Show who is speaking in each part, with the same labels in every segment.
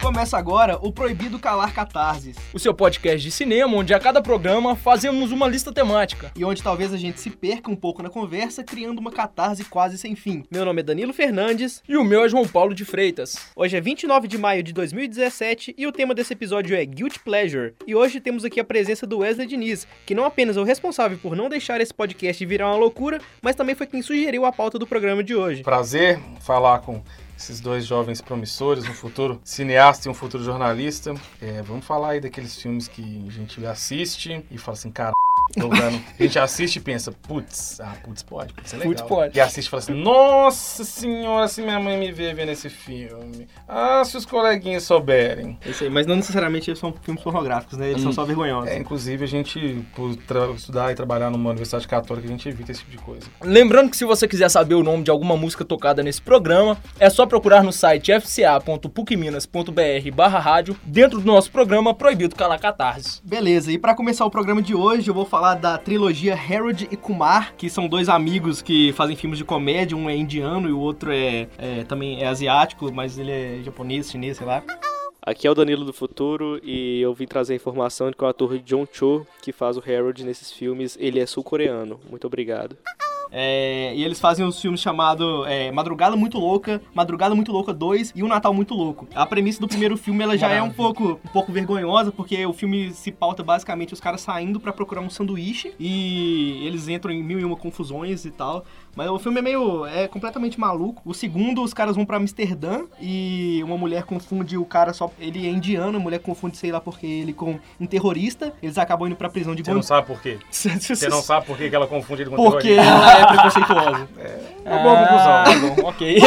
Speaker 1: Começa agora o Proibido Calar Catarses,
Speaker 2: o seu podcast de cinema, onde a cada programa fazemos uma lista temática.
Speaker 1: e onde talvez a gente se perca um pouco na conversa, criando uma catarse quase sem fim.
Speaker 3: Meu nome é Danilo Fernandes.
Speaker 2: E o meu é João Paulo de Freitas.
Speaker 3: Hoje é 29 de maio de 2017 e o tema desse episódio é Guilty Pleasure. E hoje temos aqui a presença do Wesley Diniz, que não apenas é o responsável por não deixar esse podcast virar uma loucura, mas também foi quem sugeriu a pauta do programa de hoje.
Speaker 4: Um Prazer falar com esses dois jovens promissores, um futuro cineasta e um futuro jornalista. É, vamos falar aí daqueles filmes que a gente assiste e fala assim, cara. tô dando." A gente assiste e pensa, putz, ah, putz pode, putz é legal.
Speaker 2: Putz pode.
Speaker 4: E assiste e fala assim, nossa senhora, se minha mãe me ver vendo esse filme. Ah, se os coleguinhas souberem.
Speaker 1: É isso aí, mas não necessariamente eles são filmes pornográficos, né?
Speaker 3: Hum.
Speaker 1: Eles são só vergonhosos.
Speaker 4: É, inclusive, a gente, por tra- estudar e trabalhar numa universidade católica, a gente evita esse tipo de coisa.
Speaker 2: Lembrando que se você quiser saber o nome de alguma música tocada nesse programa, é só procurar no site fca.pucminas.br barra rádio, dentro do nosso programa Proibido Calar Catarse.
Speaker 1: Beleza, e pra começar o programa de hoje, eu vou falar da trilogia Harold e Kumar, que são dois amigos que fazem filmes de comédia, um é indiano e o outro é, é- também é asiático, mas ele é japonês, chinês, sei lá.
Speaker 5: Aqui é o Danilo do Futuro e eu vim trazer a informação de que o ator John Cho, que faz o Harold nesses filmes, ele é sul-coreano. Muito obrigado.
Speaker 1: É, e eles fazem os filmes chamado é, Madrugada Muito Louca, Madrugada Muito Louca 2 e Um Natal Muito Louco. A premissa do primeiro filme ela já é um pouco, um pouco vergonhosa, porque o filme se pauta basicamente os caras saindo pra procurar um sanduíche e eles entram em mil e uma confusões e tal. Mas o filme é meio. é completamente maluco. O segundo, os caras vão pra Amsterdã e uma mulher confunde o cara só. Ele é indiano, a mulher confunde, sei lá porque ele com um terrorista. Eles acabam indo pra prisão de
Speaker 2: Então,
Speaker 4: Você não sabe por quê? Você não sabe por que que ela confunde ele com
Speaker 1: Porque
Speaker 4: terrorista?
Speaker 1: ela é preconceituosa.
Speaker 2: Ah.
Speaker 1: Tá
Speaker 4: É uma boa conclusão.
Speaker 2: conclusão. tá ok.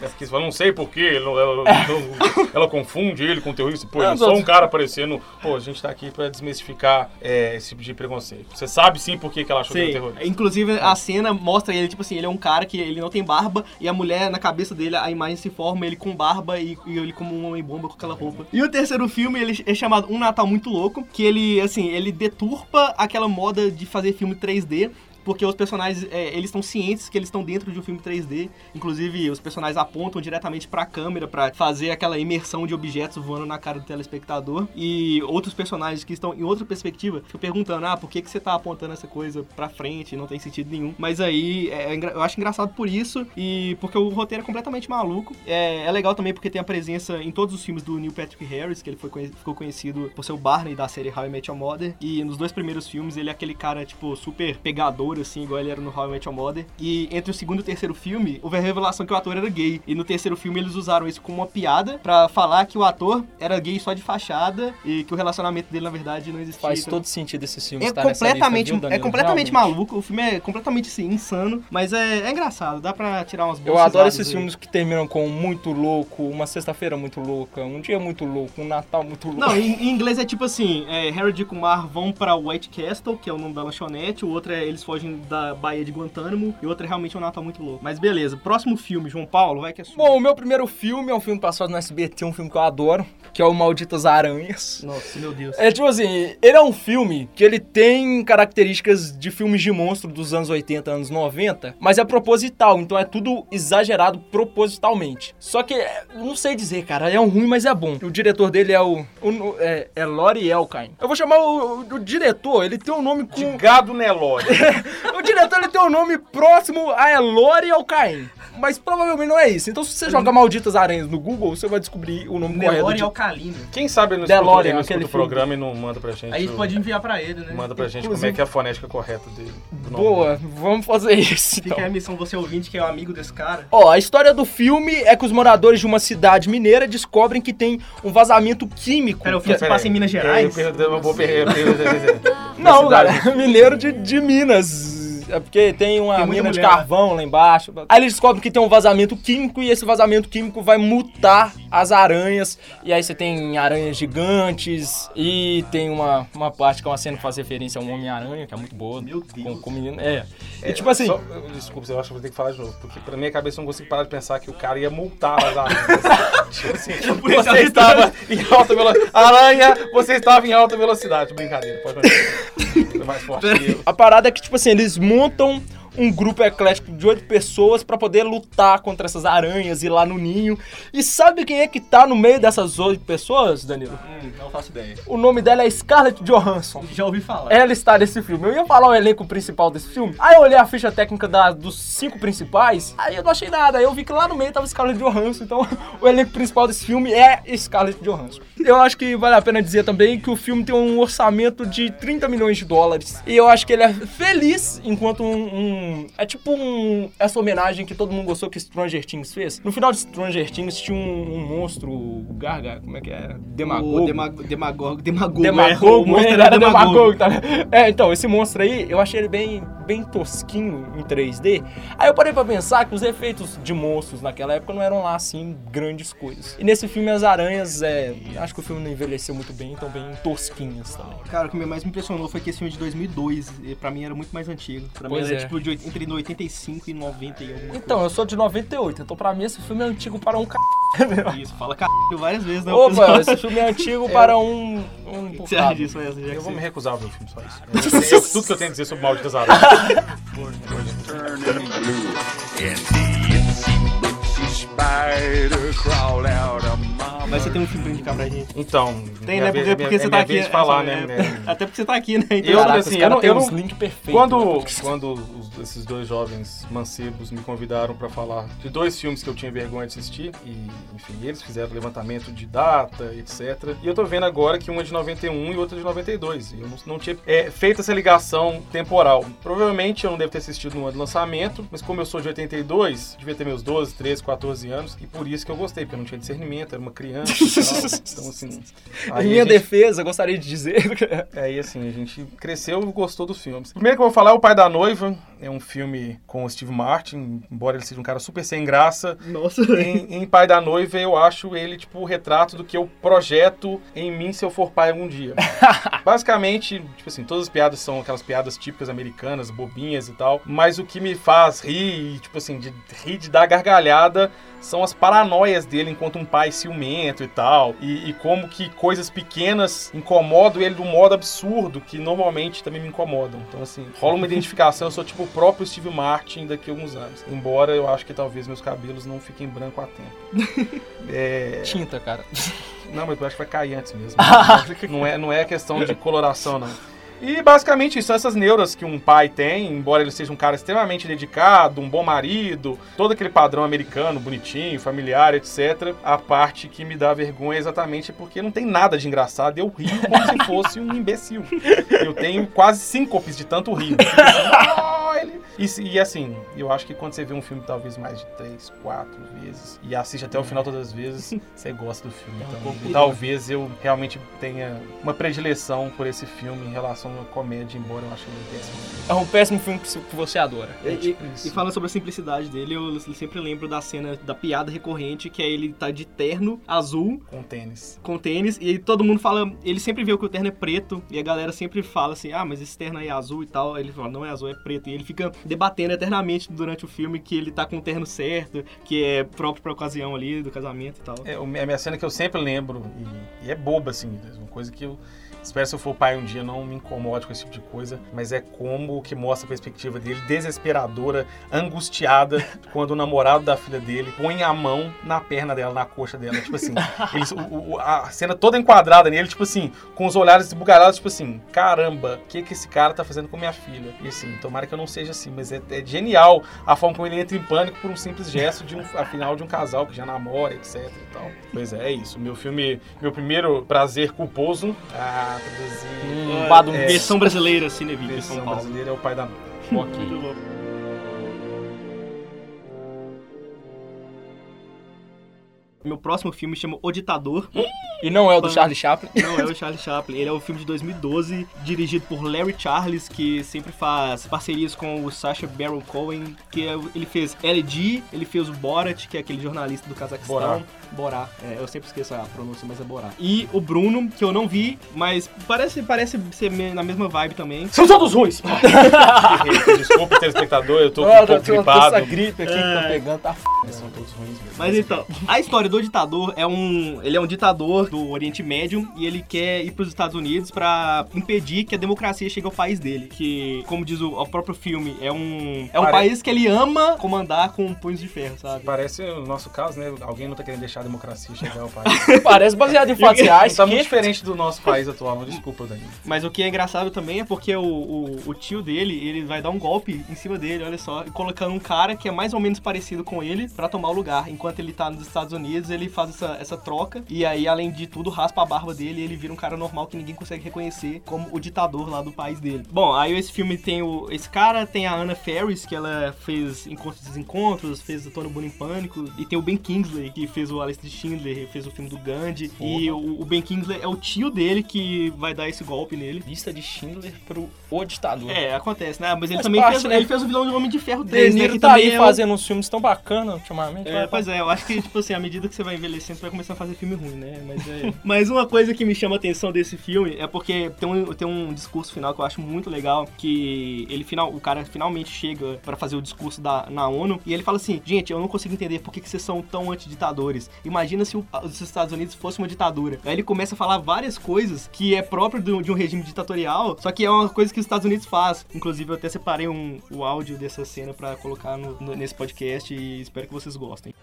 Speaker 4: Ela fica falando, É não sei porquê, ela, ela, ela- ela confunde ele com terrorista. Pô, ele é só um cara aparecendo. Pô, a gente tá aqui pra desmistificar é, esse tipo de preconceito. Você sabe sim por que que ela achou que ele
Speaker 1: Sim.
Speaker 4: era terrorista. É.
Speaker 1: Inclusive, a cena mostra ele, tipo assim, ele é um cara que ele não tem barba e a mulher, na cabeça dele, a imagem se forma, ele com barba e, e ele como um homem-bomba com aquela roupa. E o terceiro filme, ele é chamado Um Natal Muito Louco, que ele, assim, ele deturpa aquela moda de fazer filme 3D, porque os personagens, é, eles estão cientes que eles estão dentro de um filme 3D. Inclusive, os personagens apontam diretamente pra câmera pra fazer aquela imersão de objetos voando na cara do telespectador. E outros personagens que estão em outra perspectiva ficam perguntando: ah, por que, que você tá apontando essa coisa pra frente? Não tem sentido nenhum. Mas aí é, é engra- eu acho engraçado por isso e porque o roteiro é completamente maluco. É, é legal também porque tem a presença em todos os filmes do Neil Patrick Harris, que ele foi conhe- ficou conhecido por ser o Barney da série How I Met Your Mother. E nos dois primeiros filmes ele é aquele cara, tipo, super pegador, assim, igual ele era no How I Met Your Mother. E entre o segundo e o terceiro filme, houve a revelação que o ator era gay. E no terceiro filme eles usaram isso como uma piada pra falar que o ator era gay só de fachada e que o relacionamento dele, na verdade, não existia.
Speaker 2: Faz
Speaker 1: Então,
Speaker 2: todo sentido esses filmes
Speaker 1: é
Speaker 2: estar nessa lista,
Speaker 1: completamente,
Speaker 2: viu, Danilo?
Speaker 1: é completamente
Speaker 2: Realmente.
Speaker 1: maluco, o filme é completamente assim, insano, mas é, é engraçado, dá pra tirar umas
Speaker 2: Eu
Speaker 1: boas
Speaker 2: adoro
Speaker 1: risadas
Speaker 2: esses
Speaker 1: aí.
Speaker 2: filmes que terminam com muito louco, uma sexta-feira muito louca, um dia muito louco, um Natal muito louco.
Speaker 1: Não, em, em inglês é tipo assim, é, Harold e Kumar vão pra White Castle, que é o nome da lanchonete, o outro é eles fogem da Baía de Guantánamo, e o outro é realmente um Natal muito louco. Mas beleza, próximo filme, João Paulo, vai que é sua.
Speaker 2: Bom, o meu primeiro filme é um filme passado no SBT, um filme que eu adoro, que é o Malditas Aranhas.
Speaker 1: Nossa, meu Deus.
Speaker 2: É tipo assim, ele é um filme que ele tem características de filmes de monstro dos anos 80, anos 90, mas é proposital, então é tudo exagerado propositalmente. Só que, é, eu não sei dizer, cara, é um ruim, mas é bom. O diretor dele é o... o- é, é Lori Elkine. Eu vou chamar o, o- o diretor, ele tem um nome com...
Speaker 4: De gado Nelore.
Speaker 2: O diretor ele tem um nome próximo a é Elori Alcaim. Mas provavelmente não é isso. Então, se você joga Malditas Aranhas no Google, você vai descobrir o nome correto.
Speaker 1: Nelore
Speaker 2: de-
Speaker 1: Alcalino.
Speaker 4: Quem sabe ele não escuta,
Speaker 2: DeLorean,
Speaker 4: ele
Speaker 2: aquele
Speaker 4: não escuta o
Speaker 2: filme.
Speaker 4: programa e não manda pra gente.
Speaker 1: A gente
Speaker 4: o-
Speaker 1: pode enviar pra ele, né?
Speaker 4: Manda pra gente como é
Speaker 2: Inclusive-
Speaker 4: que é a fonética correta dele. do nome dele.
Speaker 2: Boa, vamos fazer isso.
Speaker 1: Fica
Speaker 2: Então.
Speaker 1: aí a missão, você ouvinte, que é o amigo desse cara.
Speaker 2: Ó, a história do filme é que os moradores de uma cidade mineira descobrem que tem um vazamento químico.
Speaker 1: Pera, o
Speaker 2: que... é
Speaker 1: filme se passa em Minas
Speaker 4: Eu
Speaker 1: Gerais.
Speaker 4: perdi- eu vou perder- eu perdi-
Speaker 2: Não,
Speaker 4: cidade.
Speaker 2: cara, mineiro de, de Minas. É porque tem uma
Speaker 1: Tem muita
Speaker 2: mina de
Speaker 1: mulher lá.
Speaker 2: carvão lá embaixo. Aí eles descobrem que tem um vazamento químico e esse vazamento químico vai mutar as aranhas. E aí você tem aranhas gigantes e tem uma, uma parte que é uma cena que faz referência a um Homem-Aranha, que é muito boa.
Speaker 1: Meu
Speaker 2: Com,
Speaker 1: Deus.
Speaker 2: com o menino. É. E
Speaker 4: É,
Speaker 2: tipo assim.
Speaker 4: só- eu- desculpa, eu acho que vou ter que falar de novo. Porque pra minha cabeça eu não consigo parar de pensar que o cara ia multar as aranhas. tipo assim, você estava em alta velocidade. Aranha, você estava em alta velocidade. Brincadeira, pode continuar. Foi mais forte que eu.
Speaker 2: A parada é que, tipo assim, eles montam um grupo eclético de oito pessoas pra poder lutar contra essas aranhas e ir lá no ninho. E sabe quem é que tá no meio dessas oito pessoas, Danilo?
Speaker 1: Hum, não faço ideia.
Speaker 2: O nome dela é Scarlett Johansson.
Speaker 1: Já ouvi falar.
Speaker 2: Ela está nesse filme. Eu ia falar o elenco principal desse filme. Aí eu olhei a ficha técnica da- dos cinco principais. Aí eu não achei nada. Aí eu vi que lá no meio tava Scarlett Johansson. Então o elenco principal desse filme é Scarlett Johansson. Eu acho que vale a pena dizer também que o filme tem um orçamento de 30 milhões de dólares. E eu acho que ele é feliz enquanto um. um- é tipo um. Essa homenagem que todo mundo gostou que Stranger Things fez. No final de Stranger Things tinha um, um monstro. o Garga. Como é que é? Demagogo.
Speaker 1: O Demago- Demagogo. Demagogo. é, o
Speaker 2: Demagogo,
Speaker 1: monstro
Speaker 2: ele era Demagogo, tá? É, então, esse monstro aí, eu achei ele bem, bem tosquinho em 3D. Aí eu parei pra pensar que os efeitos de monstros naquela época não eram lá, assim, grandes coisas. E nesse filme, as aranhas, é, acho que o filme não envelheceu muito bem, então bem tosquinhas também.
Speaker 1: Cara, o que me mais me impressionou foi que esse filme é de 2002, e pra mim era muito mais antigo. Pra mim
Speaker 2: Pois
Speaker 1: era
Speaker 2: é.
Speaker 1: tipo de oit- entre 85 e 90 e alguma
Speaker 2: Então, eu sou de 98, então pra mim esse filme é antigo para um c...
Speaker 1: coisa. Isso, fala caralho várias vezes, né? o
Speaker 2: Opa,
Speaker 1: pessoal?
Speaker 2: esse filme é antigo para um... um
Speaker 1: O que você acha
Speaker 2: bocado.
Speaker 1: disso, Wesley? Já que
Speaker 4: Eu vou me
Speaker 1: você-
Speaker 4: recusar a ver o filme, só isso. Eu- eu- tudo que eu tenho a dizer sobre o mal de Casares.
Speaker 6: turning blue. And the itsy bitsy spider crawled out of my
Speaker 1: Mas você tem um filme pra indicar pra gente.
Speaker 4: Então.
Speaker 1: Tem,
Speaker 4: minha
Speaker 1: né?
Speaker 4: vez-
Speaker 1: Porque,
Speaker 4: minha-
Speaker 1: porque
Speaker 4: é
Speaker 1: você
Speaker 4: minha
Speaker 1: tá aqui.
Speaker 4: vez de
Speaker 1: é,
Speaker 4: falar,
Speaker 1: é,
Speaker 4: né?
Speaker 1: é, Até porque você tá aqui, né? Então,
Speaker 4: Eu,
Speaker 1: cara,
Speaker 4: assim,
Speaker 2: os
Speaker 4: eu
Speaker 2: caras
Speaker 4: não-
Speaker 2: têm
Speaker 4: eu
Speaker 2: uns né?
Speaker 4: não-
Speaker 2: links perfeitos.
Speaker 4: Quando, quando os- esses dois jovens mancebos me convidaram pra falar de dois filmes que eu tinha vergonha de assistir, e enfim, eles fizeram levantamento de data, etc. E eu tô vendo agora que um é de 91 e outro é de 92. E eu não, não tinha é, feito essa ligação temporal. Provavelmente eu não devo ter assistido no ano do lançamento, mas como eu sou de 82, devia ter meus 12, 13, 14 anos, e por isso que eu gostei, porque eu não tinha discernimento, era uma criança e tal. Então, assim.
Speaker 2: Em
Speaker 4: aí a
Speaker 2: minha
Speaker 4: gente-
Speaker 2: defesa, gostaria de dizer... que-
Speaker 4: Aí assim, a gente cresceu e gostou dos filmes. O primeiro que eu vou falar é O Pai da Noiva. É um filme com o Steve Martin, embora ele seja um cara super sem graça.
Speaker 1: Nossa,
Speaker 4: Em, em Pai da Noiva, eu acho ele tipo o retrato do que eu projeto em mim se eu for pai algum dia. Basicamente, tipo assim, todas as piadas são aquelas piadas típicas americanas, bobinhas e tal. Mas o que me faz rir, e, tipo assim, de rir de dar gargalhada, são as paranoias dele enquanto um pai ciumento e tal. E, e como que coisas pequenas incomodam ele de um modo absurdo, que normalmente também me incomodam. Então, assim, rola uma identificação. Eu sou tipo o próprio Steve Martin daqui a alguns anos. Embora eu acho que talvez meus cabelos não fiquem branco a tempo. É...
Speaker 2: Tinta, cara.
Speaker 4: Não, mas eu acho que vai cair antes mesmo. não, é, não é questão de coloração, não. E basicamente isso, são essas neuras que um pai tem, embora ele seja um cara extremamente dedicado, um bom marido, todo aquele padrão americano, bonitinho, familiar, etc. A parte que me dá vergonha é exatamente porque não tem nada de engraçado, eu rio como se fosse um imbecil. Eu tenho quase síncopes de tanto rir. Fico assim, "Ah, ele-" E, se- e assim, eu acho que quando você vê um filme talvez mais de três, quatro vezes, e assiste até o final todas as vezes, você gosta do filme.
Speaker 1: É um
Speaker 4: Então, talvez eu realmente tenha uma predileção por esse filme em relação a uma comédia, embora eu ache ele um péssimo. filme.
Speaker 2: É um péssimo filme que se- que você adora.
Speaker 1: E, e,
Speaker 4: isso.
Speaker 1: e falando sobre a simplicidade dele, eu sempre lembro da cena da piada recorrente, que é ele tá de terno azul
Speaker 4: Com tênis.
Speaker 1: com tênis, e todo mundo fala. Ele sempre vê que o terno é preto, e a galera sempre fala assim: ah, mas esse terno aí é azul e tal. Aí ele fala: não é azul, é preto. E ele fica debatendo eternamente durante o filme que ele tá com o terno certo, que é próprio pra ocasião ali do casamento e tal.
Speaker 4: É o- é a minha cena que eu sempre lembro, e, e é boba, assim, é uma coisa que eu. Espero se eu for pai um dia não me incomode com esse tipo de coisa, mas é como que mostra a perspectiva dele, desesperadora, angustiada, quando o namorado da filha dele põe a mão na perna dela, na coxa dela. Tipo assim, eles- o- o- a cena toda enquadrada nele, tipo assim, com os olhares bugalhados, tipo assim, caramba, o que, que esse cara tá fazendo com minha filha? E assim, tomara que eu não seja assim, mas é, é genial a forma como ele entra em pânico por um simples gesto de um, afinal de um casal que já namora, etc e tal. Pois é, é isso. Meu filme, meu primeiro prazer culposo. Ah, traduzir.
Speaker 2: Um bado
Speaker 1: É, Versão brasileira, Cineville, São
Speaker 4: Versão
Speaker 1: Paulo.
Speaker 4: brasileira é o pai da noite.
Speaker 1: Muito louco. Meu próximo filme chama O Ditador.
Speaker 2: E não é o do Charlie Chaplin.
Speaker 1: Não é o Charlie Chaplin. Ele é o filme de 2012, dirigido por Larry Charles, que sempre faz parcerias com o Sacha Baron Cohen, que é o- ele fez LG, ele fez o Borat, que é aquele jornalista do Cazaquistão.
Speaker 4: Borá.
Speaker 1: Borá. É, eu sempre esqueço a pronúncia, mas é Borá. E o Bruno, que eu não vi, mas parece, parece ser me- na mesma vibe também.
Speaker 4: São todos ruins! Desculpa,
Speaker 2: é
Speaker 4: telespectador, eu tô com um pouco
Speaker 2: Essa
Speaker 4: gripado. É.
Speaker 2: gripe aqui que tá pegando, tá f...
Speaker 4: São todos ruins mesmo.
Speaker 1: Mas então, a história do Imperador Ditador é um. Ele é um ditador do Oriente Médio e ele quer ir pros Estados Unidos pra impedir que a democracia chegue ao país dele. Que, como diz o, o próprio filme, é um. É um
Speaker 4: Pare-
Speaker 1: país que ele ama comandar com punhos de ferro, sabe?
Speaker 4: Parece o nosso caso, né? Alguém não tá querendo deixar a democracia chegar ao país.
Speaker 2: Parece baseado em fatos reais.
Speaker 4: tá
Speaker 2: que-
Speaker 4: muito diferente do nosso país atual, não desculpa, Danilo.
Speaker 1: Mas o que é engraçado também é porque o, o, o tio dele, ele vai dar um golpe em cima dele, olha só, e colocando um cara que é mais ou menos parecido com ele pra tomar o lugar. Enquanto ele tá nos Estados Unidos, ele faz essa, essa troca e aí, além de tudo, raspa a barba dele e ele vira um cara normal que ninguém consegue reconhecer como o ditador lá do país dele. Bom, aí esse filme tem o, esse cara, tem a Anna Ferris, que ela fez Encontros e Desencontros, fez o Tony Bruno em Pânico, e tem o Ben Kingsley, que fez o Alice de Schindler, fez o filme do Gandhi, e o, o Ben Kingsley é o tio dele que vai dar esse golpe nele.
Speaker 2: Lista de Schindler pro O Ditador.
Speaker 1: É, acontece, né? Mas ele
Speaker 2: Faz
Speaker 1: também
Speaker 2: parte,
Speaker 1: fez,
Speaker 2: né?
Speaker 1: ele fez o vilão de Homem de Ferro
Speaker 2: De
Speaker 1: 3, né?
Speaker 2: Niro
Speaker 1: Que
Speaker 2: tá
Speaker 1: também
Speaker 2: aí
Speaker 1: é um-
Speaker 2: fazendo uns filmes tão bacanas ultimamente.
Speaker 1: É,
Speaker 2: vai-
Speaker 1: pois é, eu acho que, tipo assim, à medida que você vai envelhecendo, você vai começar a fazer filme ruim, né? Mas, é... Mas uma coisa que me chama a atenção desse filme é porque tem um, tem um discurso final que eu acho muito legal, que ele final, o cara finalmente chega pra fazer o discurso da, na ONU, e ele fala assim, gente, eu não consigo entender por que, que vocês são tão antiditadores. Imagina se o- os Estados Unidos fosse uma ditadura. Aí ele começa a falar várias coisas que é próprio de um, de um regime ditatorial, só que é uma coisa que os Estados Unidos faz. Inclusive, eu até separei um, o áudio dessa cena pra colocar no- no- nesse podcast e espero que vocês gostem.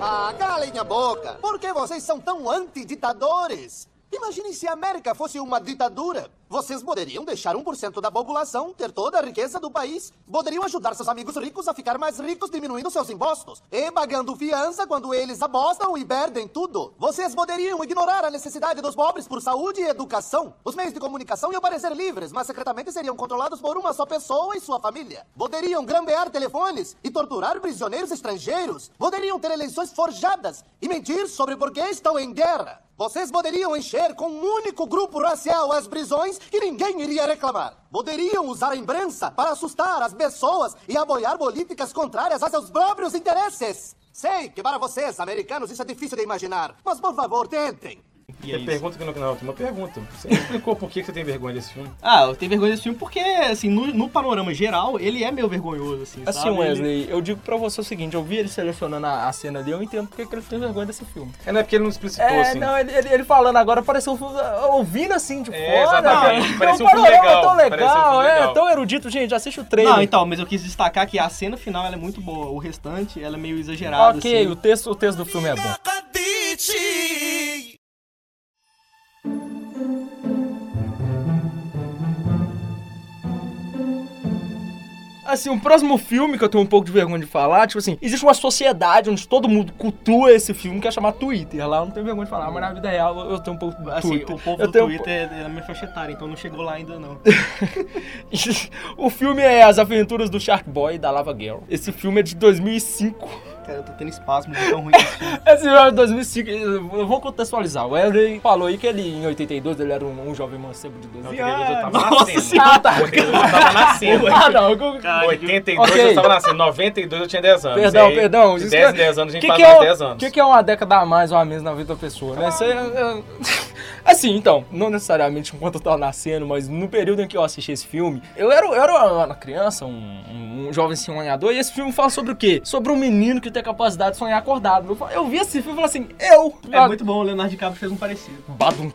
Speaker 7: Ah, calem a boca! Por que vocês são tão antiditadores? Imaginem se a América fosse uma ditadura. Vocês poderiam deixar 1% da população ter toda a riqueza do país. Poderiam ajudar seus amigos ricos a ficar mais ricos diminuindo seus impostos e pagando fiança quando eles apostam e perdem tudo. Vocês poderiam ignorar a necessidade dos pobres por saúde e educação. Os meios de comunicação iam parecer livres, mas secretamente seriam controlados por uma só pessoa e sua família. Poderiam grambear telefones e torturar prisioneiros estrangeiros. Poderiam ter eleições forjadas e mentir sobre por que estão em guerra. Vocês poderiam encher com um único grupo racial as prisões e ninguém iria reclamar. Poderiam usar a imprensa para assustar as pessoas e apoiar políticas contrárias a seus próprios interesses. Sei que para vocês, americanos, isso é difícil de imaginar, mas por favor, tentem.
Speaker 1: E é
Speaker 4: Tem
Speaker 1: isso.
Speaker 4: pergunta que não, não, tem uma pergunta. Você não explicou por que que você tem vergonha desse filme?
Speaker 1: Ah, eu tenho vergonha desse filme porque, assim, no, no panorama geral, ele é meio vergonhoso, assim,
Speaker 2: Assim,
Speaker 1: sabe? Ele-
Speaker 2: Wesley,
Speaker 4: né?
Speaker 2: eu digo pra você o seguinte, eu vi ele selecionando a, a cena dele, eu entendo porque que ele tem vergonha desse filme.
Speaker 4: É, não é porque ele não explicitou,
Speaker 2: É,
Speaker 4: assim.
Speaker 2: não, ele, ele- ele falando agora, pareceu um filme, ouvindo assim de
Speaker 4: É,
Speaker 2: fora.
Speaker 4: exatamente,
Speaker 2: cara.
Speaker 4: parecia
Speaker 2: É
Speaker 4: um filme
Speaker 2: panorama
Speaker 4: legal,
Speaker 2: tão
Speaker 4: parecia um
Speaker 2: legal,
Speaker 4: filme
Speaker 2: é,
Speaker 4: legal.
Speaker 2: tão erudito, gente, assiste o trailer.
Speaker 1: Não, então, mas eu quis destacar que a cena final ela é muito boa, o restante ela é meio exagerada,
Speaker 2: Ok,
Speaker 1: assim.
Speaker 2: o, texto, o texto do filme é bom. Assim, o próximo filme que eu tenho um pouco de vergonha de falar, tipo assim, existe uma sociedade onde todo mundo cultua esse filme que é chamado Twitter. Lá eu não tenho vergonha de falar, mas na vida real eu eu tenho um pouco de
Speaker 1: Assim,
Speaker 2: Twitter.
Speaker 1: o povo
Speaker 2: eu
Speaker 1: do
Speaker 2: tenho um
Speaker 1: Twitter é, é na minha faixa etária, então não chegou lá ainda, não.
Speaker 2: o filme é As Aventuras do Shark Boy e da Lava Girl. Esse filme é de 2005.
Speaker 1: Cara, eu tô tendo espasmo, é tão ruim esse filme.
Speaker 2: Esse filme é de 2005. Eu vou contextualizar. O Wesley falou aí que ele, em 82, ele era um, um jovem mancebo de 12
Speaker 4: Não,
Speaker 2: anos.
Speaker 4: 82 eu tava
Speaker 1: Nossa
Speaker 4: nascendo.
Speaker 1: senhora.
Speaker 2: Ah, tá.
Speaker 4: 82 eu tava nascendo.
Speaker 2: Ah, não. o- o-
Speaker 4: 82
Speaker 2: Ok.
Speaker 4: eu tava nascendo, 92 eu tinha 10 anos.
Speaker 2: Perdão,
Speaker 4: E aí,
Speaker 2: perdão.
Speaker 4: De
Speaker 2: Isso
Speaker 4: 10
Speaker 2: que-
Speaker 4: em 10 anos a gente
Speaker 2: que
Speaker 4: faz
Speaker 2: que é
Speaker 4: mais
Speaker 2: o-
Speaker 4: 10 anos.
Speaker 2: O que, que é uma década a mais ou a menos na vida da pessoa, né? Isso aí, é- é- assim, então, não necessariamente enquanto eu tava nascendo, mas no período em que eu assisti esse filme, eu era, eu era uma criança, um, um- um jovem sonhador, e esse filme fala sobre o quê? Sobre um menino que tem a capacidade de sonhar acordado. Eu, fa- eu vi esse filme e falei assim, eu...
Speaker 1: É muito bom, o Leonardo DiCaprio fez um parecido.
Speaker 2: Badum.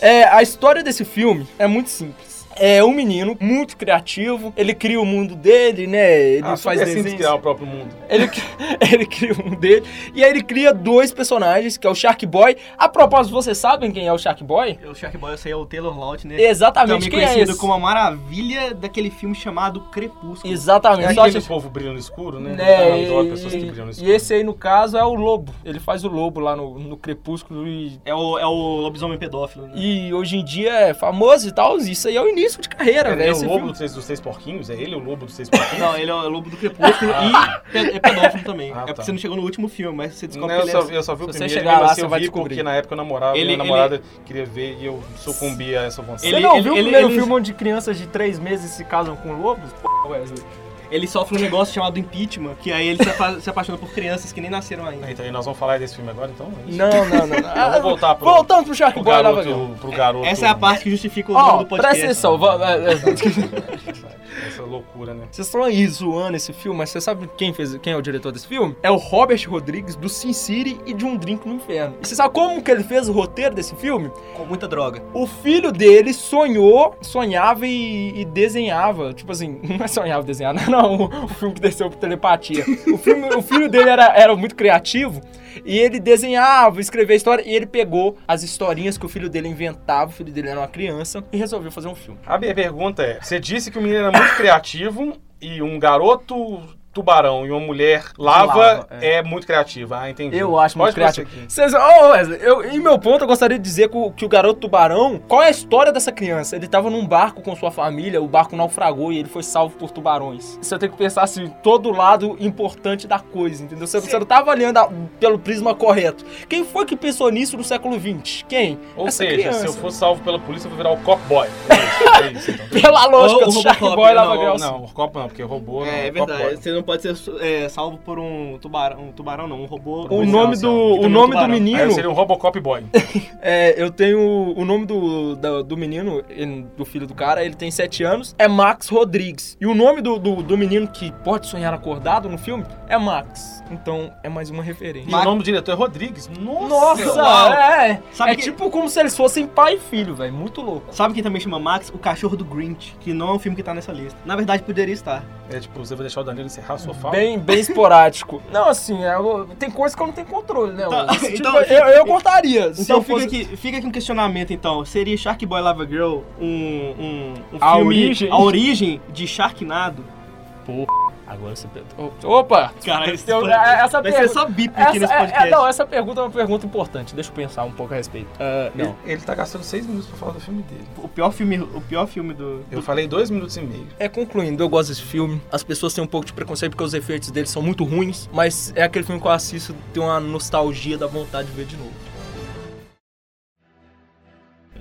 Speaker 2: É, a história desse filme é muito simples. É um menino muito criativo, ele cria o mundo dele, né? Ele
Speaker 4: Ah,
Speaker 2: faz
Speaker 4: super simples
Speaker 2: desenhos.
Speaker 4: criar o próprio mundo.
Speaker 2: Ele, cri- ele cria um dele. E aí ele cria dois personagens, que é o Shark Boy. A propósito, vocês sabem quem é o Shark Boy?
Speaker 1: O Shark Boy, eu sei, é o Taylor Lautner.
Speaker 2: Exatamente
Speaker 1: Também
Speaker 2: quem é
Speaker 1: conhecido
Speaker 2: esse.
Speaker 1: como a maravilha daquele filme chamado Crepúsculo.
Speaker 4: É
Speaker 2: Exatamente. Só
Speaker 4: aquele
Speaker 2: que-
Speaker 4: povo brilha no escuro, né?
Speaker 2: né,
Speaker 4: Ah, adoro
Speaker 2: e-
Speaker 4: pessoas que brilham no
Speaker 2: e,
Speaker 4: escuro.
Speaker 2: esse aí, no caso, é o Lobo. Ele faz o Lobo lá no, no Crepúsculo e...
Speaker 1: É o, é o lobisomem pedófilo, né?
Speaker 2: E hoje em dia é famoso e tal, isso aí é o início de carreira,
Speaker 4: É,
Speaker 2: velho.
Speaker 4: é o
Speaker 2: esse
Speaker 4: lobo
Speaker 2: filme.
Speaker 4: dos seis, dos seis porquinhos? É ele o lobo dos seis porquinhos?
Speaker 1: Não, ele é o lobo do crepúsculo
Speaker 2: Ah.
Speaker 1: e pe- é pedófilo também. é
Speaker 4: Ah,
Speaker 1: porque
Speaker 4: tá.
Speaker 1: você não chegou no último filme, mas você
Speaker 4: Não,
Speaker 1: descobre
Speaker 4: eu
Speaker 1: que ele é
Speaker 4: só, eu só vi o
Speaker 2: Se você
Speaker 4: primeiro,
Speaker 2: chegar
Speaker 4: mas assim,
Speaker 2: lá,
Speaker 4: eu
Speaker 2: você vai
Speaker 4: vi
Speaker 2: descobrir.
Speaker 4: porque na época eu namorava,
Speaker 1: Ele-
Speaker 4: minha
Speaker 1: ele-
Speaker 4: namorada queria ver e eu sucumbia a essa vontade.
Speaker 2: Você
Speaker 1: Ele-
Speaker 2: não
Speaker 1: ele-
Speaker 2: viu o
Speaker 1: ele-
Speaker 2: primeiro
Speaker 1: ele-
Speaker 2: filme onde crianças de três meses se casam com lobos? P***, Wesley.
Speaker 1: ele sofre um negócio chamado impeachment, que aí ele se, apa- se apaixona por crianças que nem nasceram ainda.
Speaker 4: Então, e nós vamos falar desse filme agora, então? É isso?
Speaker 2: Não, não, não. não.
Speaker 4: vamos voltar pro-
Speaker 2: Voltando pro Shark
Speaker 4: Pro
Speaker 2: Boy Lava Girl.
Speaker 4: garoto, pro garoto.
Speaker 1: Essa é a parte que justifica o nome
Speaker 2: Ó,
Speaker 1: do podcast.
Speaker 2: presta atenção. va- é, é.
Speaker 4: Essa loucura, né?
Speaker 2: Vocês estão aí zoando esse filme, mas você sabe quem, fez, quem é o diretor desse filme? É o Robert Rodrigues, do Sin City e de Um Drink no Inferno. E você sabe como que ele fez o roteiro desse filme?
Speaker 1: Com muita droga.
Speaker 2: O filho dele sonhou, sonhava e, e desenhava. Tipo assim, não é sonhava e desenhava, não. O, o filme que desceu por telepatia. O, filme- o filho dele era, era muito criativo e ele desenhava, escrevia história e ele pegou as historinhas que o filho dele inventava. O filho dele era uma criança e resolveu fazer um filme.
Speaker 4: A minha pergunta é: você disse que o menino era muito criativo e um garoto tubarão e uma mulher lava,
Speaker 2: Lava,
Speaker 4: é. muito criativa. Ah, entendi.
Speaker 2: Eu acho muito
Speaker 4: Pode prosseguir.
Speaker 2: criativo. Vocês, Ô, Wesley, eu, em meu ponto, eu gostaria de dizer que o, que o garoto tubarão. Qual é a história dessa criança? Ele tava num barco com sua família, o barco naufragou e ele foi salvo por tubarões. Você tem que pensar assim, todo lado importante da coisa, entendeu? Você, você não tava olhando a- pelo prisma correto. Quem foi que pensou nisso no século XX? Quem?
Speaker 4: Ou
Speaker 2: Essa
Speaker 4: seja,
Speaker 2: criança.
Speaker 4: se eu for salvo pela polícia, eu vou virar o cop boy. É isso, é isso, então.
Speaker 2: Pela lógica
Speaker 1: Ou o
Speaker 2: do Shark
Speaker 1: Robocop,
Speaker 2: Boy
Speaker 1: né?
Speaker 2: Lava
Speaker 4: Não,
Speaker 2: Girls.
Speaker 4: não, o cop não, porque robô não.
Speaker 1: É, é
Speaker 4: o cop
Speaker 1: verdade.
Speaker 4: boy.
Speaker 1: Você não pode ser é, salvo por um tubarão. Um tubarão não, um robô.
Speaker 2: O
Speaker 1: policial,
Speaker 2: nome
Speaker 1: assim,
Speaker 2: do,
Speaker 1: ó, que
Speaker 2: o
Speaker 1: também é um
Speaker 2: nome do
Speaker 1: tubarão.
Speaker 4: Aí eu
Speaker 2: menino.
Speaker 4: seria um Robocop boy.
Speaker 2: É, eu tenho o nome do, da- do, menino, ele- do filho do cara, ele tem 7 anos, é Max Rodrigues. E o nome do, do, do menino que pode sonhar acordado no filme é Max. Então é mais uma
Speaker 4: E
Speaker 2: referência.
Speaker 4: o nome do diretor é Rodrigues. Nossa!
Speaker 2: Nossa,
Speaker 1: Uau.
Speaker 2: é.
Speaker 1: Sabe
Speaker 2: é
Speaker 1: que-
Speaker 2: tipo como se eles fossem pai e filho, velho. Muito louco.
Speaker 1: Sabe quem também chama Max? O Cachorro do Grinch, que não é um filme que tá nessa lista. Na verdade, poderia estar.
Speaker 4: É tipo, você vai deixar o Danilo encerrar a sua fala?
Speaker 2: Bem, bem esporádico. Não, assim, é, eu- tem coisas que eu não tenho controle, né?
Speaker 1: Tá,
Speaker 2: Esse tipo,
Speaker 1: então-
Speaker 2: eu, eu cortaria. se
Speaker 1: Então
Speaker 2: eu
Speaker 1: fica,
Speaker 2: fosse...
Speaker 1: aqui, fica aqui um questionamento, então. Seria Shark Boy Lava Girl um, um, um
Speaker 2: A
Speaker 1: filme...
Speaker 2: origem?
Speaker 1: A origem de Sharknado?
Speaker 2: Agora você Opa!
Speaker 1: Cara, esse
Speaker 2: Eu-
Speaker 1: foi-
Speaker 2: essa
Speaker 1: vai
Speaker 2: pergunta-
Speaker 1: ser só bip aqui
Speaker 2: Essa,
Speaker 1: nesse
Speaker 2: é-
Speaker 1: podcast.
Speaker 2: é, não, essa pergunta é uma pergunta importante. Deixa eu pensar um pouco a respeito. Ah, não.
Speaker 4: Ele, ele tá gastando seis minutos pra falar do filme dele.
Speaker 1: O pior filme, o pior filme do...
Speaker 4: Eu falei dois minutos e meio.
Speaker 2: É, concluindo, eu gosto desse filme. As pessoas têm um pouco de preconceito porque os efeitos dele são muito ruins, mas é aquele filme que eu assisto, tem uma nostalgia da vontade de ver de novo.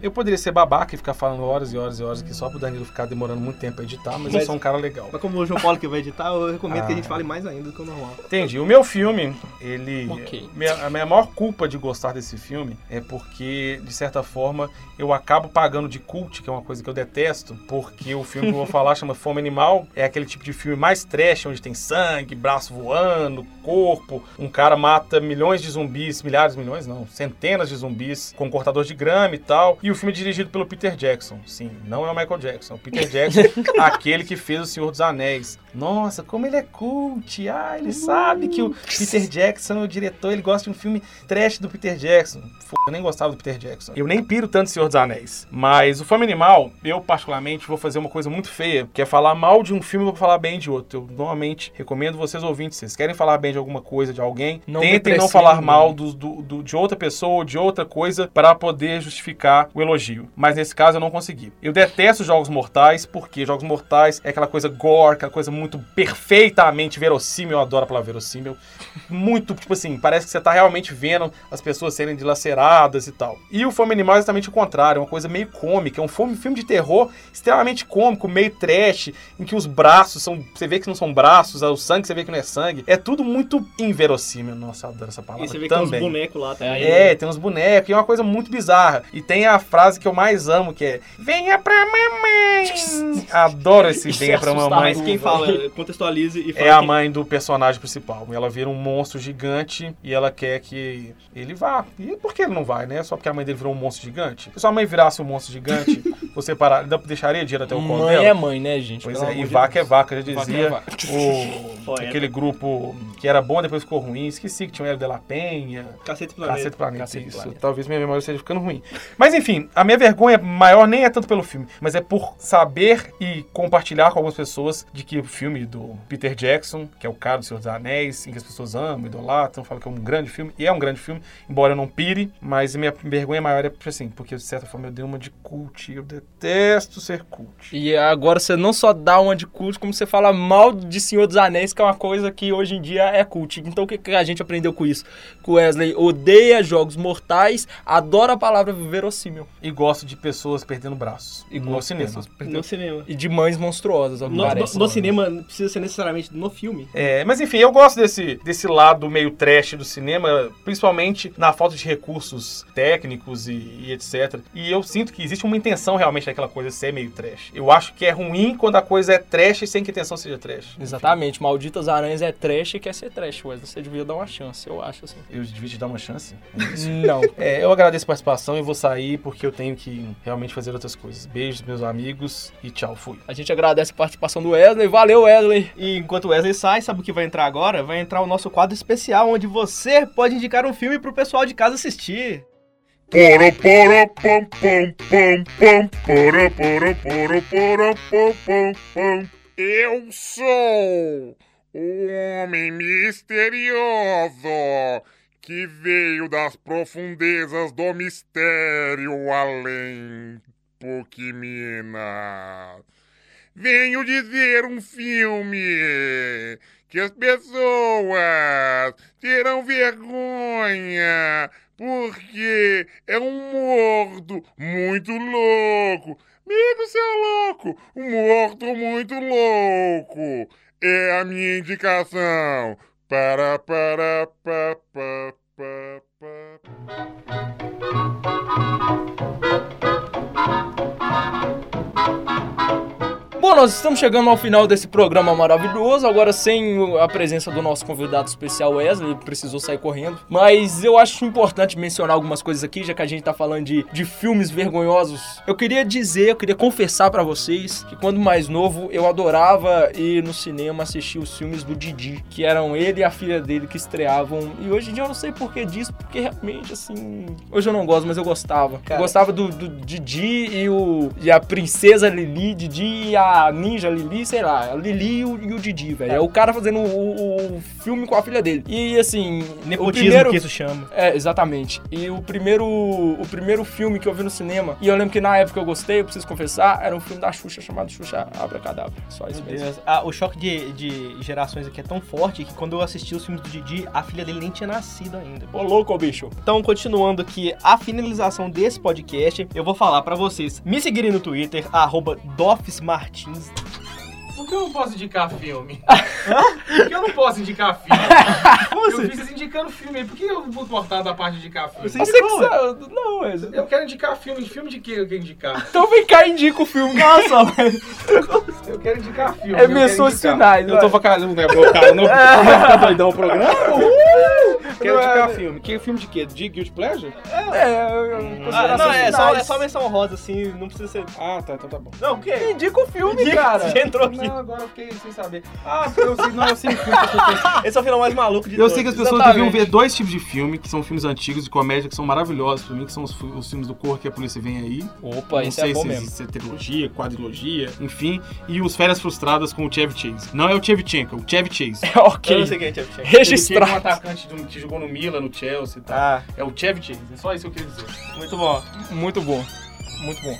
Speaker 4: Eu poderia ser babaca e ficar falando horas e horas e horas aqui só pro Danilo ficar demorando muito tempo pra editar, mas, eu
Speaker 1: Mas-
Speaker 4: sou um cara legal.
Speaker 1: Mas como o João Paulo que vai editar, eu recomendo que a gente
Speaker 4: Ah.
Speaker 1: fale mais ainda do que o normal.
Speaker 4: Entendi. O meu filme, ele.
Speaker 2: Ok.
Speaker 4: minha- a minha maior culpa de gostar desse filme é porque, de certa forma, eu acabo pagando de cult, que é uma coisa que eu detesto, porque o filme que eu vou falar chama Fome Animal. É aquele tipo de filme mais trash, onde tem sangue, braço voando, corpo. Um cara mata milhões de zumbis, milhares, milhões não, centenas de zumbis com um cortador de grama e tal. E o filme é dirigido pelo Peter Jackson. Sim, não é o Michael Jackson. É o Peter Jackson aquele que fez O Senhor dos Anéis. Nossa, como ele é cult! Ah, ele sabe que o Peter Jackson, o diretor, ele gosta de um filme trash do Peter Jackson. F- Eu nem gostava do Peter Jackson. Eu nem piro tanto em Senhor dos Anéis. Mas o Fome Animal, eu particularmente vou fazer uma coisa muito feia, que é falar mal de um filme e vou falar bem de outro. Eu normalmente recomendo vocês ouvintes, se vocês querem falar bem de alguma coisa, de alguém,
Speaker 2: Não
Speaker 4: tentem não
Speaker 2: deprecie
Speaker 4: falar
Speaker 2: ninguém.
Speaker 4: mal do- do- do- de outra pessoa ou de outra coisa para poder justificar o elogio. Mas nesse caso eu não consegui. Eu detesto Jogos Mortais, porque Jogos Mortais é aquela coisa gore, aquela coisa muito perfeitamente verossímil. Eu adoro a palavra verossímil. Muito, tipo assim, parece que você tá realmente vendo as pessoas serem dilaceradas e tal. E o Fome Animal é exatamente o contrário, é uma coisa meio cômica. É um fome- filme de terror extremamente cômico, meio trash, em que os braços são. Você vê que não são braços, o sangue você vê que não é sangue. É tudo muito inverossímil. Nossa, eu adoro essa palavra.
Speaker 1: E você vê que tem uns
Speaker 4: Ah, também.
Speaker 1: bonecos né? lá tá? também.
Speaker 4: É, tem uns bonecos, e é uma coisa muito bizarra. E tem a frase que eu mais amo, que é Venha pra mamãe! Adoro esse
Speaker 2: Isso
Speaker 4: Venha
Speaker 2: é
Speaker 4: pra
Speaker 2: assustador,
Speaker 4: mamãe.
Speaker 1: Mas quem fala, né? contextualize e fala
Speaker 4: É a
Speaker 1: quem-
Speaker 4: mãe do personagem principal. E ela vira um monstro gigante e ela quer que ele vá. E por que ele não vai, né? Só porque a mãe dele virou um monstro gigante? Se sua mãe virasse um monstro gigante, você parar, deixaria de ir até o colo
Speaker 2: Mãe
Speaker 4: dela?
Speaker 2: é mãe, né, gente?
Speaker 4: Pois
Speaker 2: Pelo
Speaker 4: é,
Speaker 2: amor
Speaker 4: e
Speaker 2: de
Speaker 4: vaca é
Speaker 2: Deus.
Speaker 4: vaca, já
Speaker 2: Vaca é
Speaker 4: dizia
Speaker 2: vaca.
Speaker 4: o-
Speaker 1: Poeta.
Speaker 4: aquele grupo que era bom, depois ficou ruim. Esqueci que tinha o Hélio de la Penha,
Speaker 1: Cacete Planeta.
Speaker 4: Cacete Planeta,
Speaker 2: Cacete
Speaker 4: isso.
Speaker 2: Planeta.
Speaker 4: Talvez minha memória esteja ficando ruim. Mas enfim, a minha vergonha maior nem é tanto pelo filme, mas é por saber e compartilhar com algumas pessoas de que o filme do Peter Jackson, que é o cara do Senhor dos Anéis, em que as pessoas amam, idolatram, falam que é um grande filme, e é um grande filme, embora eu não pire, mas minha vergonha maior é assim, porque de certa forma eu dei uma de cult, eu de- Detesto ser cult.
Speaker 2: E agora você não só dá uma de culto, como você fala mal de Senhor dos Anéis, que é uma coisa que hoje em dia é cult. Então o que que a gente aprendeu com isso? Que o Wesley odeia jogos mortais, adora a palavra verossímil.
Speaker 4: E gosto de pessoas perdendo braços.
Speaker 2: Igual
Speaker 4: no cinema.
Speaker 2: pessoas
Speaker 1: No cinema.
Speaker 2: E de mães monstruosas, ao que
Speaker 1: No,
Speaker 2: parece.
Speaker 1: no- no cinema
Speaker 4: né?
Speaker 1: não precisa ser necessariamente no filme.
Speaker 4: É, mas enfim, eu gosto desse, desse lado meio trash do cinema, principalmente na falta de recursos técnicos e, e etc. E eu sinto que existe uma intenção realmente daquela coisa ser meio trash. Eu acho que é ruim quando a coisa é trash sem que a intenção seja trash.
Speaker 2: Exatamente, Malditas Aranhas é trash e quer ser trash, Wesley. Você devia dar uma chance, eu acho assim.
Speaker 4: Eu devia te dar uma chance.
Speaker 2: Não.
Speaker 4: É, eu agradeço a participação e vou sair porque eu tenho que realmente fazer outras coisas. Beijos, meus amigos, e tchau, fui.
Speaker 2: A gente agradece a participação do Wesley. Valeu, Wesley.
Speaker 1: E enquanto o Wesley sai, sabe o que vai entrar agora? Vai entrar o nosso quadro especial, onde você pode indicar um filme pro pessoal de casa assistir.
Speaker 6: Poro, poro, pom, pom, pom, pom, poro, poro, poro, poro, pom, pom, pom. Eu sou o homem misterioso que veio das profundezas do mistério além Minas. Venho dizer um filme que as pessoas terão vergonha, porque é um morto muito louco. Amigo, seu louco, um morto muito louco. É a minha indicação. Para, para, pa, pa, pa, pa.
Speaker 2: Bom, nós estamos chegando ao final desse programa maravilhoso. Agora, sem o- a presença do nosso convidado especial Wesley, ele precisou sair correndo. Mas eu acho importante mencionar algumas coisas aqui, já que a gente tá falando de, de filmes vergonhosos. Eu queria dizer, eu queria confessar pra vocês que quando mais novo eu adorava ir no cinema assistir os filmes do Didi, que eram ele e a filha dele que estreavam. E hoje em dia eu não sei por que disso, porque realmente, assim. Hoje eu não gosto, mas eu gostava. Eu gostava do, do Didi e, o, e a princesa Lili, Didi e a ninja Lili, sei lá. A Lili e o, e o Didi, velho. É o cara fazendo o, o- o filme com a filha dele. E assim. o
Speaker 1: Nepotismo
Speaker 2: primeiro...
Speaker 1: que isso chama.
Speaker 2: É, exatamente. E o primeiro, o primeiro filme que eu vi no cinema, e eu lembro que na época eu gostei, eu preciso confessar, era um filme da Xuxa chamado Xuxa Abracadabra. Só isso
Speaker 1: Meu
Speaker 2: mesmo.
Speaker 1: Deus, ah, o choque de, de gerações aqui é tão forte que quando eu assisti os filmes do Didi, a filha dele nem tinha nascido ainda.
Speaker 2: Ô louco, bicho.
Speaker 1: Então, continuando aqui a finalização desse podcast, eu vou falar pra vocês me seguirem no Twitter, arroba dofsmartins.
Speaker 4: Por que eu não posso indicar filme? Por que eu não posso indicar filme?
Speaker 1: Como assim?
Speaker 4: vocês indicando filme aí. Por que eu vou cortar da parte de indicar filme?
Speaker 1: Você
Speaker 2: Você que
Speaker 1: indicou?
Speaker 2: sabe. Não, é. mas.
Speaker 4: Eu quero indicar filme. De filme de que eu quero indicar?
Speaker 2: Então vem cá e indica o filme. Nossa,
Speaker 4: Eu quero indicar filme.
Speaker 2: é menções finais.
Speaker 4: Eu tô
Speaker 2: vai.
Speaker 4: focado, né? Meu cara, não tá doidão o programa. Quero indicar filme. Que filme de quê? De Guild Pleasure?
Speaker 2: É,
Speaker 1: Ah, não, é só, é só
Speaker 2: menção.
Speaker 1: menção rosa, assim, não precisa ser.
Speaker 4: Ah, tá, então tá bom.
Speaker 1: Não, o quê?
Speaker 2: Indica o filme,
Speaker 1: Diga-
Speaker 2: cara.
Speaker 1: Você entrou aqui.
Speaker 4: Não, agora eu fiquei sem saber. Ah, eu sei, não, eu sei o filme que eu tô
Speaker 1: Esse é o final mais maluco de
Speaker 4: Eu
Speaker 1: todos.
Speaker 4: sei que as pessoas
Speaker 2: Exatamente.
Speaker 4: deviam ver dois tipos de filme, que são filmes antigos de comédia, que são maravilhosos pra mim, que são os, fi- os filmes do Corra que a Polícia Vem Aí.
Speaker 2: Opa,
Speaker 4: não
Speaker 2: esse
Speaker 4: sei
Speaker 2: é bom
Speaker 4: se,
Speaker 2: mesmo.
Speaker 4: se é trilogia, quadrilogia, enfim. E os Férias Frustradas com o Chevy Chase. Não é o Chevchenko, é o Chevy Chase.
Speaker 2: É ok.
Speaker 1: Eu não sei quem é Chevy Chase.
Speaker 2: Registrar.
Speaker 4: um atacante que jogou no Milan, no Chelsea e tal.
Speaker 1: Ah,
Speaker 4: É o Chevy Chase, é só isso que eu queria dizer.
Speaker 1: muito bom.
Speaker 2: Muito bom. Muito bom.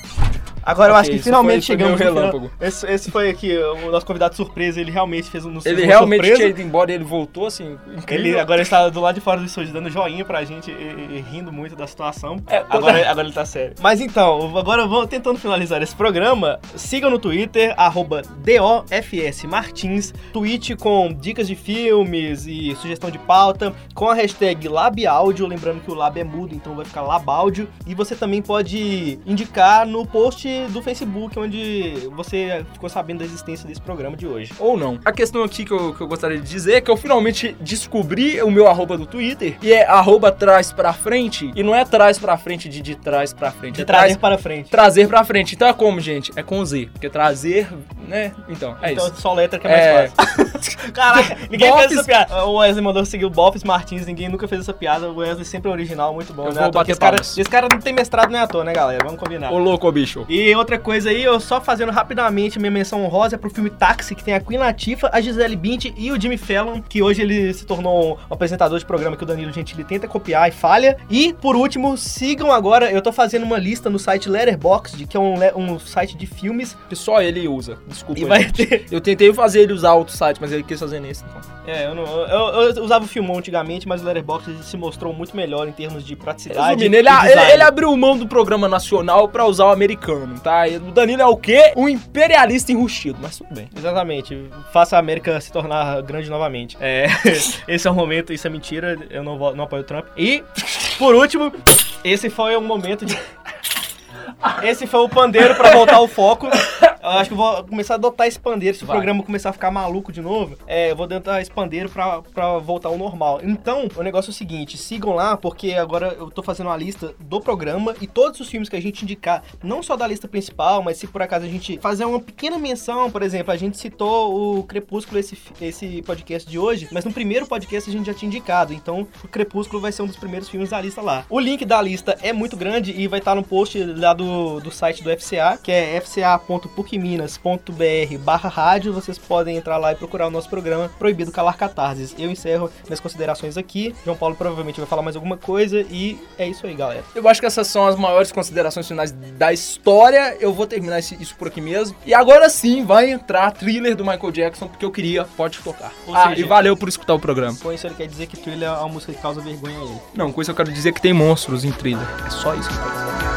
Speaker 1: Agora eu
Speaker 2: Ok,
Speaker 1: acho que
Speaker 2: isso
Speaker 1: finalmente
Speaker 2: foi- foi
Speaker 1: chegamos.
Speaker 2: meu
Speaker 1: no final.
Speaker 2: relâmpago.
Speaker 1: Esse, esse foi aqui, o nosso convidado surpresa, ele realmente fez um nos fez
Speaker 2: Ele
Speaker 1: uma
Speaker 2: realmente
Speaker 1: surpresa.
Speaker 2: tinha ido embora e ele voltou, assim, incrível.
Speaker 1: Ele agora está do lado de fora do estúdio dando joinha pra gente e, e- e rindo muito da situação.
Speaker 2: É, toda-
Speaker 1: agora, agora ele tá sério. Mas então, agora vou tentando finalizar esse programa. Sigam no Twitter, arroba DOFS Martins, tweet com dicas de filmes e sugestão de pauta, com a hashtag LabAudio, lembrando que o Lab é mudo, então vai ficar LabAudio. E você também pode indicar no post do Facebook, onde você ficou sabendo da existência desse programa de hoje.
Speaker 2: ou não. A questão aqui que eu, que eu gostaria de dizer é que eu finalmente descobri o meu arroba do Twitter, e é arroba trás pra frente, e não é trás pra frente de de trás pra frente,
Speaker 1: De
Speaker 2: é
Speaker 1: trás
Speaker 2: trás
Speaker 1: para frente.
Speaker 2: trazer pra frente. Então é como, gente? É com Z, porque trazer, né? Então, é
Speaker 1: Então,
Speaker 2: isso.
Speaker 1: só letra que é mais
Speaker 2: É.
Speaker 1: fácil. Caraca, ninguém
Speaker 2: Bofes-
Speaker 1: fez essa piada. O Wesley mandou seguir o Bofes Martins, ninguém nunca fez essa piada. O Wesley sempre é original, muito bom.
Speaker 2: Eu
Speaker 1: né?
Speaker 2: vou
Speaker 1: À toa que
Speaker 2: bater
Speaker 1: esse cara,
Speaker 2: palmas.
Speaker 1: esse cara não tem mestrado nem à toa, né, galera? Vamos combinar.
Speaker 2: Ô louco, bicho.
Speaker 1: E E outra coisa aí, eu só fazendo rapidamente minha menção honrosa é pro filme Táxi, que tem a Queen Latifah, a Gisele Bündchen e o Jimmy Fallon, que hoje ele se tornou um apresentador de programa que o Danilo Gentili tenta copiar e falha. E, por último, sigam agora, eu tô fazendo uma lista no site Letterboxd, que é um, le- um site de filmes,
Speaker 2: Que só ele usa. Desculpa.
Speaker 1: e vai
Speaker 2: gente.
Speaker 1: ter...
Speaker 2: Eu tentei fazer ele usar outro site, mas ele quis fazer nesse. Então.
Speaker 1: É, eu, não, eu, eu usava o Filmão antigamente, mas o Letterboxd se mostrou muito melhor em termos Ah, de praticidade
Speaker 2: Resumindo,
Speaker 1: e
Speaker 2: ele, ele-
Speaker 1: design.
Speaker 2: ele abriu mão do programa nacional pra usar o americano, tá? E o Danilo é o quê? Um imperialista enrustido, mas tudo bem.
Speaker 1: Exatamente, faça a América se tornar grande novamente. É, esse é o momento, isso é mentira, eu não, vou, não apoio o Trump. E, por último, esse foi o momento de... Esse foi o pandeiro pra voltar ao foco. Eu acho que eu vou começar a adotar esse pandeiro. Se o
Speaker 2: Vai.
Speaker 1: programa começar a ficar maluco de novo, é, eu vou adotar esse pandeiro pra, pra voltar ao normal. Então, o negócio é o seguinte: sigam lá, porque agora eu tô fazendo uma lista do programa e todos os filmes que a gente indicar, não só da lista principal, mas se por acaso a gente fazer uma pequena menção, por exemplo, a gente citou o Crepúsculo esse, fi- esse podcast de hoje, mas no primeiro podcast a gente já tinha indicado. Então, o Crepúsculo vai ser um dos primeiros filmes da lista lá. O link da lista é muito grande e vai estar no post lá do, do site do FCA, que é fca.pucminas.br barra rádio. Vocês podem entrar lá e procurar o nosso programa Proibido Calar Catarses. Eu encerro minhas considerações aqui. João Paulo provavelmente vai falar mais alguma coisa e é isso aí, galera.
Speaker 2: Eu acho que essas são as maiores considerações finais da história. Eu vou terminar esse- isso por aqui mesmo. E agora sim vai entrar thriller do Michael Jackson, porque eu queria, pode tocar.
Speaker 1: Ou
Speaker 2: Ah,
Speaker 1: seja-
Speaker 2: e valeu por escutar o programa.
Speaker 1: Com Então isso ele quer dizer é que Thriller é uma música que causa vergonha a ele.
Speaker 2: Não, com isso eu quero dizer que tem monstros em thriller. É só isso que eu quero dizer.